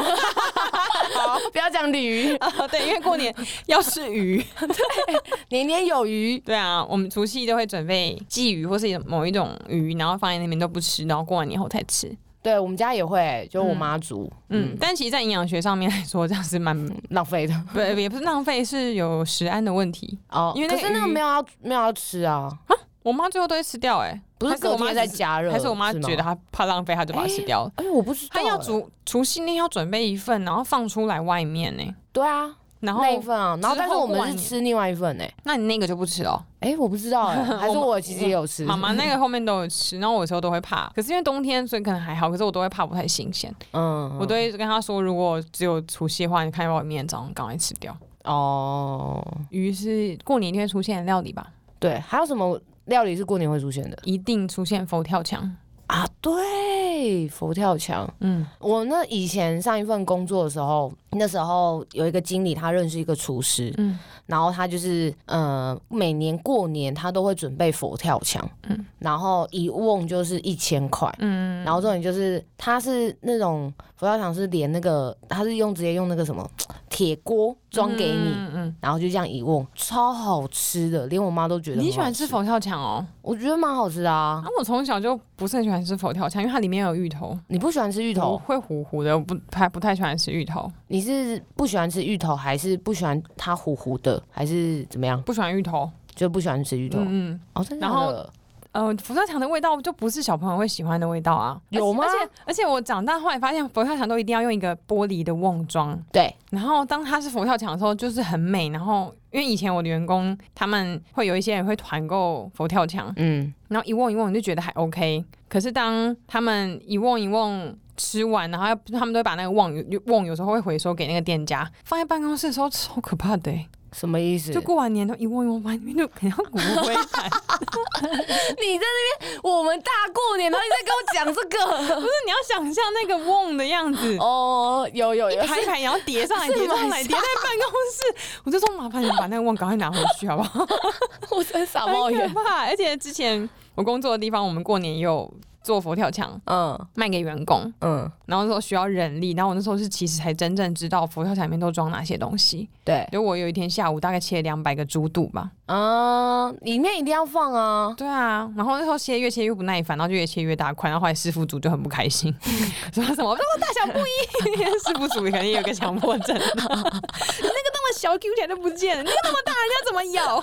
[SPEAKER 1] 好，不要讲鲤鱼，
[SPEAKER 2] 啊， 对，因为过年要吃鱼，
[SPEAKER 1] 年年有余。
[SPEAKER 2] 对啊，我们除夕都会准备鲫鱼或是某一种鱼，然后放在那边都不吃，然后过完年后才吃。
[SPEAKER 1] 对我们家也会，就我妈煮，
[SPEAKER 2] 嗯，
[SPEAKER 1] 嗯，
[SPEAKER 2] 但其实，在营养学上面来说，这样是蛮
[SPEAKER 1] 浪费的。
[SPEAKER 2] 不也不是浪费，是有食安的问题。
[SPEAKER 1] 哦，
[SPEAKER 2] 因为那
[SPEAKER 1] 可
[SPEAKER 2] 个
[SPEAKER 1] 是那个
[SPEAKER 2] 鱼
[SPEAKER 1] 没有要没有要吃啊，
[SPEAKER 2] 我妈最后都会吃掉、欸，哎，
[SPEAKER 1] 不
[SPEAKER 2] 还
[SPEAKER 1] 是
[SPEAKER 2] 是我
[SPEAKER 1] 隔
[SPEAKER 2] 妈
[SPEAKER 1] 天
[SPEAKER 2] 只
[SPEAKER 1] 再
[SPEAKER 2] 是
[SPEAKER 1] 加热，
[SPEAKER 2] 还是我妈
[SPEAKER 1] 吗
[SPEAKER 2] 觉得？她怕浪费，她就把它吃掉了。
[SPEAKER 1] 哎，我不知道欸，
[SPEAKER 2] 她要除除夕那天要准备一份，然后放出来外面呢、欸
[SPEAKER 1] 对啊，
[SPEAKER 2] 然后
[SPEAKER 1] 那一份啊，然后但
[SPEAKER 2] 之
[SPEAKER 1] 是
[SPEAKER 2] 后
[SPEAKER 1] 我
[SPEAKER 2] 过完
[SPEAKER 1] 们是
[SPEAKER 2] 年
[SPEAKER 1] 吃另外一份诶。
[SPEAKER 2] 那你那个就不吃哦。
[SPEAKER 1] 哎，我不知 道哎，还是
[SPEAKER 2] 我
[SPEAKER 1] 我其实也有吃。
[SPEAKER 2] 妈妈那个后面都有吃，然后我有时候都会怕，可是因为冬天，所以可能还好，可是我都会怕不太新鲜，
[SPEAKER 1] 嗯，
[SPEAKER 2] 我
[SPEAKER 1] 嗯
[SPEAKER 2] 都会跟她说，如果只有除夕的话，你看要不要明天早上赶快吃掉。
[SPEAKER 1] 哦，
[SPEAKER 2] 鱼是过年一定会出现的料理吧？
[SPEAKER 1] 对，还有什么料理是过年会出现的
[SPEAKER 2] 一定出现佛跳墙。
[SPEAKER 1] 啊？对，佛跳墙。
[SPEAKER 2] 嗯
[SPEAKER 1] 我那以前上一份工作的时候，那时候有一个经理，他认识一个厨师，
[SPEAKER 2] 嗯
[SPEAKER 1] 然后他就是呃，每年过年他都会准备佛跳墙，
[SPEAKER 2] 嗯
[SPEAKER 1] 然后一瓮就是一千块。
[SPEAKER 2] 嗯，
[SPEAKER 1] 然后重点就是，他是那种佛跳墙是连那个，他是用直接用那个什么铁锅装给你，
[SPEAKER 2] 嗯嗯
[SPEAKER 1] 然后就这样一瓮，超好吃的，连我妈都觉得
[SPEAKER 2] 嗯。
[SPEAKER 1] 很好
[SPEAKER 2] 你喜欢吃？佛跳墙哦？
[SPEAKER 1] 我觉得蛮好吃的啊
[SPEAKER 2] 啊。，我从小就不是很喜欢吃佛跳墙，因为它里面有芋头，
[SPEAKER 1] 你不喜欢吃芋
[SPEAKER 2] 我
[SPEAKER 1] 头？
[SPEAKER 2] 会糊糊的，我不还不太喜欢吃芋头，
[SPEAKER 1] 你是不喜欢吃芋头，还是不喜欢它糊糊的，还是怎么样？
[SPEAKER 2] 不喜欢芋头。
[SPEAKER 1] 就不喜欢吃芋头？
[SPEAKER 2] 嗯嗯，
[SPEAKER 1] 哦，真的
[SPEAKER 2] 然
[SPEAKER 1] 假
[SPEAKER 2] 后
[SPEAKER 1] 的？
[SPEAKER 2] 呃，佛跳墙的味道就不是小朋友会喜欢的味道啊。
[SPEAKER 1] 有吗
[SPEAKER 2] 而且而且我长大后来发现，佛跳墙都一定要用一个玻璃的瓮装。
[SPEAKER 1] 对，
[SPEAKER 2] 然后当它是佛跳墙的时候，就是很美。然后因为以前我的员工他们会有一些人会团购佛跳墙，
[SPEAKER 1] 嗯，
[SPEAKER 2] 然后一瓮一瓮你就觉得还 OK。可是当他们一瓮一瓮吃完，然后要他们都会把那个瓮瓮有时候会回收给那个店家，放在办公室的时候超可怕的欸、
[SPEAKER 1] 什么意思？
[SPEAKER 2] 就过完年都一瓮一瓮放在那边，就很像骨灰坛。
[SPEAKER 1] 你在那边，我们大过年，然后你在跟我讲这个。
[SPEAKER 2] 不是你要想象那个瓮的样 子。
[SPEAKER 1] 哦，有有有，
[SPEAKER 2] 排一排，然后叠上来，
[SPEAKER 1] 是
[SPEAKER 2] 叠上
[SPEAKER 1] 晚
[SPEAKER 2] 来，
[SPEAKER 1] 上
[SPEAKER 2] 叠在办公室。我就说麻烦你把那个瓮赶快拿回去，好不 好？
[SPEAKER 1] 我真傻冒
[SPEAKER 2] 很可
[SPEAKER 1] 眼。
[SPEAKER 2] 怕。而且之前我工作的地方，我们过年也有做佛跳墙
[SPEAKER 1] 嗯
[SPEAKER 2] 卖给员工，
[SPEAKER 1] 嗯，
[SPEAKER 2] 然后说需要人力，然后我那时候是其实才真正知道佛跳墙里面都装哪些东西。
[SPEAKER 1] 对，
[SPEAKER 2] 就我有一天下午大概切两百个猪肚吧，
[SPEAKER 1] 啊，里面一定要放啊。
[SPEAKER 2] 对啊，然后那时候切越切越不耐烦，然后就越切越大块，然后后来师傅组就很不开心， 说什么我大小不一，师傅组肯定有个强迫症，你 那个那么小 Q 点都不见了，那个那么大人家怎么咬？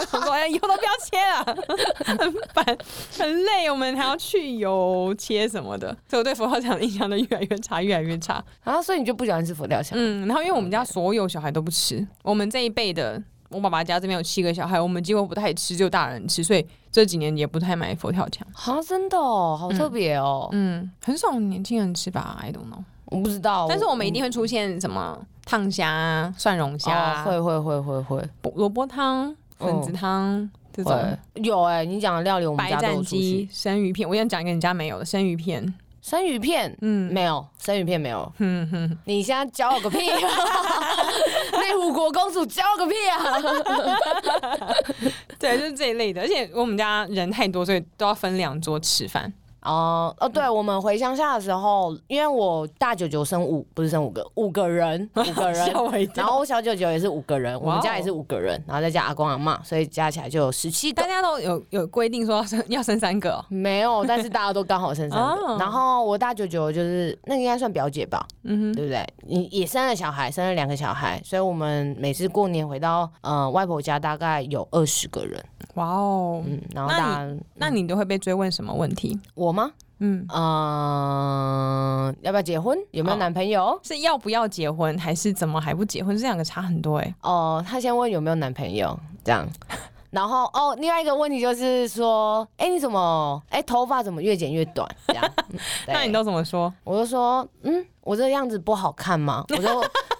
[SPEAKER 2] 我想说哎以后都不要切了，很烦，很累，我们还要去油切什么的，所以我对佛跳墙的印象都越来越差，越来越差。
[SPEAKER 1] 啊，所以你就不喜欢吃佛跳墙？
[SPEAKER 2] 嗯，然后因为我们家所有小孩都不吃，我们这一辈的，我爸爸家这边有七个小孩，我们几乎不太吃，就大人吃，所以这几年也不太买佛跳墙。
[SPEAKER 1] 啊，真的哦，好特别哦。
[SPEAKER 2] 嗯，很少年轻人吃吧，I don't know。
[SPEAKER 1] 我不知道，
[SPEAKER 2] 但是我们一定会出现什么烫虾啊、蒜蓉虾
[SPEAKER 1] 哦
[SPEAKER 2] 啊、
[SPEAKER 1] 会会会会会
[SPEAKER 2] 萝萝卜汤、粉子汤这种
[SPEAKER 1] 会。有哎、你讲的料理我们
[SPEAKER 2] 白
[SPEAKER 1] 家都
[SPEAKER 2] 斩
[SPEAKER 1] 有出
[SPEAKER 2] 鸡
[SPEAKER 1] 去。、
[SPEAKER 2] 生鱼片，我想讲一个人家没有的生鱼片。
[SPEAKER 1] 生鱼片。
[SPEAKER 2] 嗯，
[SPEAKER 1] 没有生鱼片没有，
[SPEAKER 2] 嗯哼。
[SPEAKER 1] 你现在教我个屁、啊 内湖国公主教我个屁啊！
[SPEAKER 2] 对，就是这一类的。而且我们家人太多，所以都要分两桌吃饭。
[SPEAKER 1] 哦哦，对，我们回乡下的时候，因为我大舅舅生五，不是生五个，五个 人，五个人，
[SPEAKER 2] 吓我一
[SPEAKER 1] 然
[SPEAKER 2] 跳。
[SPEAKER 1] 后我小舅舅也是五个人，我
[SPEAKER 2] 哇
[SPEAKER 1] 们
[SPEAKER 2] 哦
[SPEAKER 1] 家也是五个人，然后再加阿公阿妈，所以加起来就有十七个
[SPEAKER 2] 大。家都有有规定说要生要生三个哦、
[SPEAKER 1] 没有，但是大家都刚好生三个。
[SPEAKER 2] 哦
[SPEAKER 1] 然后我大舅舅就是那个应该算表姐吧，
[SPEAKER 2] 嗯哼，
[SPEAKER 1] 对不对？你也生了小孩，生了两个小孩，所以我们每次过年回到呃外婆家，大概有二十个人。
[SPEAKER 2] 哇哦，
[SPEAKER 1] 嗯，然后大家
[SPEAKER 2] 那你都会被追问什么问题？
[SPEAKER 1] 我吗？
[SPEAKER 2] 嗯，
[SPEAKER 1] 嗯、要不要结婚？有没有
[SPEAKER 2] 哦
[SPEAKER 1] 男朋友？
[SPEAKER 2] 是要不要结婚，还是怎么还不结婚？这两个差很多哎、
[SPEAKER 1] 哦，他先问有没有男朋友，这样。 然后哦，另外一个问题就是说，哎，你怎么，哎，头发怎么越剪越短？这 样，嗯
[SPEAKER 2] 那你
[SPEAKER 1] 对
[SPEAKER 2] 都怎么说？
[SPEAKER 1] 我就说，嗯，我这个样子不好看吗？ 我就，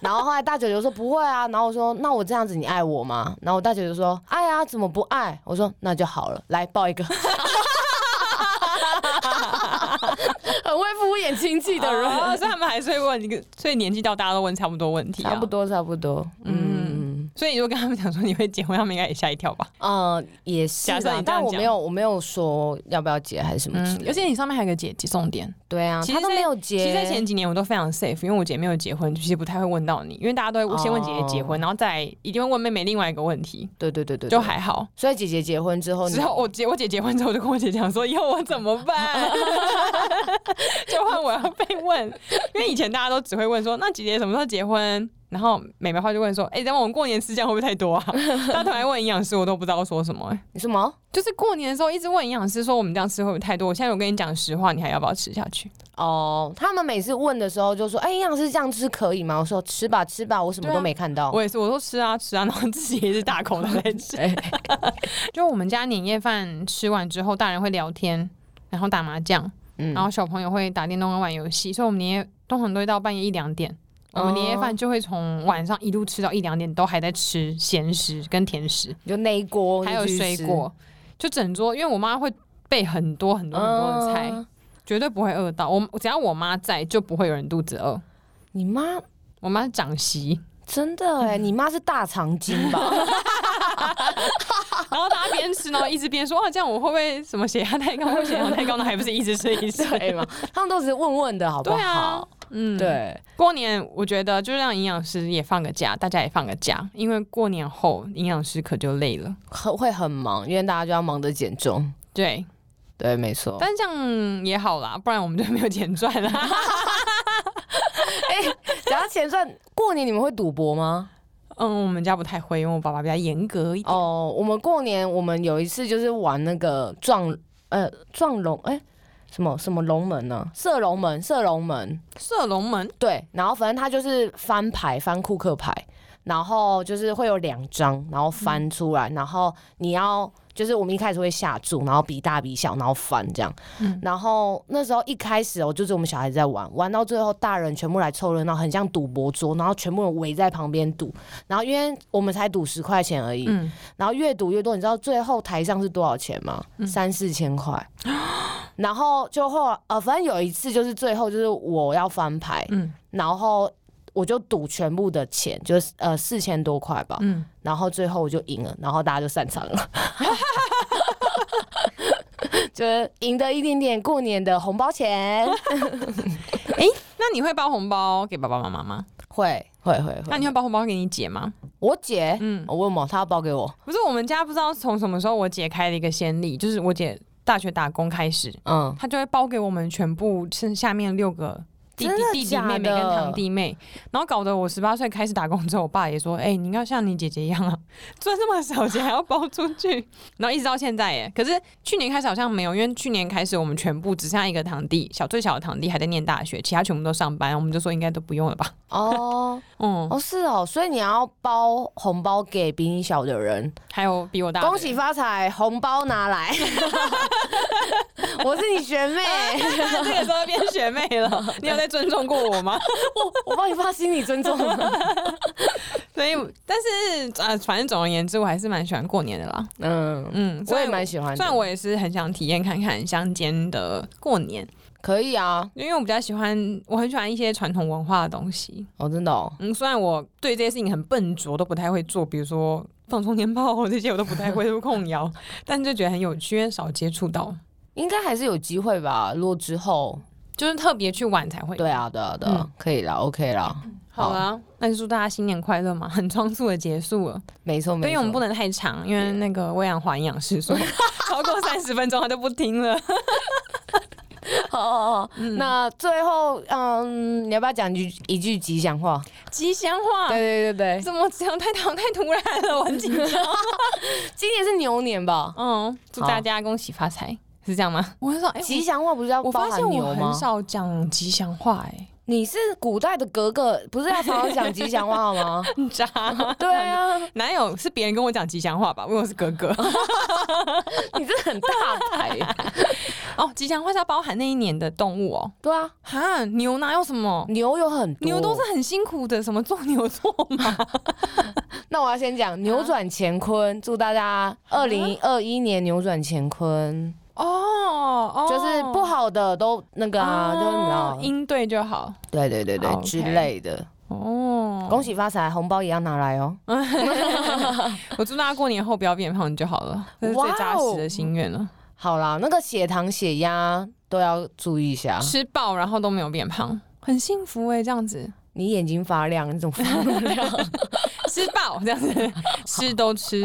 [SPEAKER 1] 然后后来大舅舅说不会啊，然后我说，那我这样子你爱我吗？然后我大舅舅说，爱啊，怎么不爱？我说那就好了，来抱一 个。很会敷衍亲戚的人，
[SPEAKER 2] 哦所以他们还是会问一个，所以年纪到大家都问差不多问题、
[SPEAKER 1] 啊
[SPEAKER 2] 啊，
[SPEAKER 1] 差不。多差不多，嗯。
[SPEAKER 2] 所以你如果跟他们讲说你会结婚，他们应该也吓一跳吧？
[SPEAKER 1] 嗯、也是
[SPEAKER 2] 假设
[SPEAKER 1] 啦
[SPEAKER 2] 你，这
[SPEAKER 1] 但
[SPEAKER 2] 样
[SPEAKER 1] 我
[SPEAKER 2] 讲
[SPEAKER 1] 没有，我没有说要不要结还是什么之
[SPEAKER 2] 嗯，
[SPEAKER 1] 类
[SPEAKER 2] 而
[SPEAKER 1] 的。
[SPEAKER 2] 且你上面还有个姐姐重点，
[SPEAKER 1] 对啊，
[SPEAKER 2] 嗯其
[SPEAKER 1] 他
[SPEAKER 2] 实
[SPEAKER 1] 都
[SPEAKER 2] 在
[SPEAKER 1] 没有
[SPEAKER 2] 其
[SPEAKER 1] 结。
[SPEAKER 2] 实，在前几年我都非常 safe，因为我姐没有结婚，其实不太会问到你，因为大家都会先问姐姐结婚，然后再一定会问妹妹另外一个问题，
[SPEAKER 1] 对对哦对对，对
[SPEAKER 2] 就还好。
[SPEAKER 1] 所以姐姐结婚之后哦你，
[SPEAKER 2] 之后我姐我姐结婚之后，我就跟我姐讲说，以后我怎么办？ 就换我要被问，因为以前大家都只会问说，那姐姐什么时候结婚？然后美美话就问说，哎、等我们过年吃这样会不会太多啊？她突然问营养师，我都不知道说什么、欸
[SPEAKER 1] 你什么？
[SPEAKER 2] 就是过年的时候一直问营养师说我们这样吃会不会太多？我现在有跟你讲实话，你还要不要吃下去？
[SPEAKER 1] 哦，他们每次问的时候就说：“哎、营养师这样吃可以吗？”我说：“吃吧，吃吧，我什么
[SPEAKER 2] 对
[SPEAKER 1] 都
[SPEAKER 2] 啊
[SPEAKER 1] 没看到。
[SPEAKER 2] 我也是，我说吃啊吃啊，然 后自己也是大口的在吃。就我们家年夜饭吃完之后，大人会聊天，然后打麻将，
[SPEAKER 1] 嗯
[SPEAKER 2] 然后小朋友会打电动跟玩游戏，所以我们年夜通常都会到半夜一两点。我们年夜饭就会从晚上一路吃到一两点，都还在吃咸食跟甜食，
[SPEAKER 1] 就那一锅
[SPEAKER 2] 还有
[SPEAKER 1] 就去
[SPEAKER 2] 水
[SPEAKER 1] 吃
[SPEAKER 2] 果，就整桌。因为我妈会备很多很多很多的菜，
[SPEAKER 1] 嗯
[SPEAKER 2] 绝对不会饿到。我只要我妈在，就不会有人肚子饿。
[SPEAKER 1] 你妈
[SPEAKER 2] 我妈是长媳，
[SPEAKER 1] 真的哎、
[SPEAKER 2] 嗯
[SPEAKER 1] 你妈是大肠经吧？
[SPEAKER 2] 然后大家边吃，然后一直边说：“哇，这样我会不会什么血压太高？会不会血压太高？那还不是一直吃一直吃？
[SPEAKER 1] 对吗？他们都只是问问的好不
[SPEAKER 2] 对啊
[SPEAKER 1] 好？，
[SPEAKER 2] 嗯，。
[SPEAKER 1] 对，
[SPEAKER 2] 过年我觉得就让营养师也放个假，大家也放个假，因为过年后营养师可就累了。
[SPEAKER 1] 很会很忙，因为大家就要忙着减重。
[SPEAKER 2] 对，
[SPEAKER 1] 对，没错。
[SPEAKER 2] 但这样也好啦，不然我们就没有钱赚 啦。
[SPEAKER 1] 讲到钱赚，过年你们会赌博吗？
[SPEAKER 2] 嗯，我们家不太会，因为我爸爸比较严格一点。
[SPEAKER 1] 哦，我们过年我们有一次就是玩那个撞呃撞龙哎、什么什么龙门呢、射龙门，射龙门。
[SPEAKER 2] 射龙门，
[SPEAKER 1] 对，然后反正他就是翻牌，翻库克牌，然后就是会有两张，然后翻出来，然后你要就是我们一开始会下注，然后比大比小，然后翻这样。
[SPEAKER 2] 嗯
[SPEAKER 1] 然后那时候一开始哦，就是我们小孩子在玩，玩到最后大人全部来凑热闹，很像赌博桌，然后全部人围在旁边赌，然后因为我们才赌十块钱而已，
[SPEAKER 2] 嗯，
[SPEAKER 1] 然后越赌越多，你知道最后台上是多少钱吗？
[SPEAKER 2] 嗯
[SPEAKER 1] 三四千 块。然后就后来呃，反正有一次就是最后就是我要翻牌，
[SPEAKER 2] 嗯
[SPEAKER 1] 然后我就赌全部的钱，就是呃四千多块吧，
[SPEAKER 2] 嗯，
[SPEAKER 1] 然后最后我就赢了，然后大家就散场了。 就是赢得一点点过年的红包钱，
[SPEAKER 2] 那你会包红包给爸爸妈妈吗？
[SPEAKER 1] 会会会
[SPEAKER 2] 那
[SPEAKER 1] 会。
[SPEAKER 2] 你会包红包给你姐吗？
[SPEAKER 1] 我姐，
[SPEAKER 2] 嗯，
[SPEAKER 1] 我问嘛，她要包给我，
[SPEAKER 2] 不是，我们家不知道从什么时候，我姐开了一个先例，就是我姐大学打工开始，
[SPEAKER 1] 嗯，
[SPEAKER 2] 她就会包给我们全部剩下面六个。弟弟
[SPEAKER 1] 真的、
[SPEAKER 2] 弟弟、
[SPEAKER 1] 假
[SPEAKER 2] 妹妹跟
[SPEAKER 1] 的
[SPEAKER 2] 堂弟妹，然后搞得我十八岁开始打工之后，我爸也说：“哎、你应该像你姐姐一样啊， 赚这么少钱还要包出去。” 然后一直到现在耶。可是去年开始好像没有，因为去年开始我们全部只剩下一个堂弟，小最小的堂弟还在念大学，其他全部都上班，我们就说应该都不用了吧。
[SPEAKER 1] 哦，
[SPEAKER 2] 嗯，
[SPEAKER 1] 哦，是哦，所以你要包红包给比你小的人，
[SPEAKER 2] 还有比我大的人，
[SPEAKER 1] 恭喜发财，红包拿来。 我是你学妹，
[SPEAKER 2] 这个时候变学妹了，你有在尊重过 我吗？
[SPEAKER 1] 我帮你发心理尊重。
[SPEAKER 2] 所以，但是呃，反正总而言之，我还是蛮喜欢过年的啦。
[SPEAKER 1] 嗯，
[SPEAKER 2] 嗯，
[SPEAKER 1] 我
[SPEAKER 2] 所以
[SPEAKER 1] 也蛮喜欢
[SPEAKER 2] 虽然
[SPEAKER 1] 的。
[SPEAKER 2] 我也是很想体验看看乡间的过年，
[SPEAKER 1] 可以啊，
[SPEAKER 2] 因为我比较喜欢，我很喜欢一些传统文化的东西。
[SPEAKER 1] 哦，真的哦。
[SPEAKER 2] 嗯，虽然我对这些事情很笨拙，都不太会做，比如说放冲天炮这些，我都不太会控摇， 但就觉得很有趣，因为少接触到，
[SPEAKER 1] 应该还是有机会吧，如果之后，
[SPEAKER 2] 就是特别去玩才会。
[SPEAKER 1] 对，啊，对啊，对啊，
[SPEAKER 2] 嗯
[SPEAKER 1] 可以啦，OK 啦，
[SPEAKER 2] 好啊啦，那就祝大家新年快乐嘛， 很仓促的结束了。
[SPEAKER 1] 没错，
[SPEAKER 2] 对，因
[SPEAKER 1] 没
[SPEAKER 2] 为我们不
[SPEAKER 1] 错，
[SPEAKER 2] 能太长，因为那个魏阳华营养师 说超过三十分钟他就不听了。
[SPEAKER 1] 好好好，那最后，嗯，你要不要讲一句一句吉祥话？
[SPEAKER 2] 吉祥话，
[SPEAKER 1] 对对对对，
[SPEAKER 2] 怎么这样太唐太突然了，我很紧张。
[SPEAKER 1] 今年是牛年吧？
[SPEAKER 2] 嗯，祝大家恭喜发财，是这样吗？我会说，哎、
[SPEAKER 1] 吉祥话不是要
[SPEAKER 2] 我我
[SPEAKER 1] 包
[SPEAKER 2] 发
[SPEAKER 1] 含
[SPEAKER 2] 现
[SPEAKER 1] 牛
[SPEAKER 2] 我
[SPEAKER 1] 吗
[SPEAKER 2] 很？少讲吉祥话、哎
[SPEAKER 1] 你是古代的格格，不是要常常讲吉祥话吗？
[SPEAKER 2] 哎， 渣，
[SPEAKER 1] 对啊，
[SPEAKER 2] 哪有是别人跟我讲吉祥话吧？因为我是哥哥。
[SPEAKER 1] 你这很大牌。
[SPEAKER 2] 哦，吉祥话是要包含那一年的动物哦。
[SPEAKER 1] 对啊，
[SPEAKER 2] 哈，牛哪有什么？
[SPEAKER 1] 牛有很多，
[SPEAKER 2] 牛都是很辛苦的，什么做牛做马，
[SPEAKER 1] 那我要先讲扭转乾坤，祝大家二零二一年扭转乾坤，
[SPEAKER 2] 哦哦，
[SPEAKER 1] 就是不好的都那个啊，就是你知道
[SPEAKER 2] 哦，应对就好。
[SPEAKER 1] 对对对对
[SPEAKER 2] OK
[SPEAKER 1] 之类的。
[SPEAKER 2] 哦，
[SPEAKER 1] 恭喜发财，红包也要拿来哦。
[SPEAKER 2] 我祝大家过年后不要变胖就好了，这是最扎实的心愿了。
[SPEAKER 1] 好啦，那个血糖、血压都要注意一下。
[SPEAKER 2] 吃饱然后都没有变胖，很幸福哎、这样子
[SPEAKER 1] 你眼睛发亮，你怎么发那么 亮
[SPEAKER 2] 吃饱这 样子吃都吃，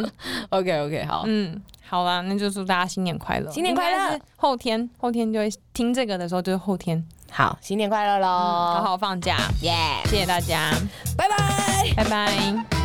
[SPEAKER 1] ？OK OK，好，
[SPEAKER 2] 嗯。好啦，那就祝大家新年快乐！
[SPEAKER 1] 哦新年快乐！
[SPEAKER 2] 后天，后天就会听这个的时候就是后天，
[SPEAKER 1] 好，新年快乐喽！
[SPEAKER 2] 好好放假。
[SPEAKER 1] 耶，
[SPEAKER 2] 谢谢大家，
[SPEAKER 1] 拜拜。
[SPEAKER 2] 拜拜。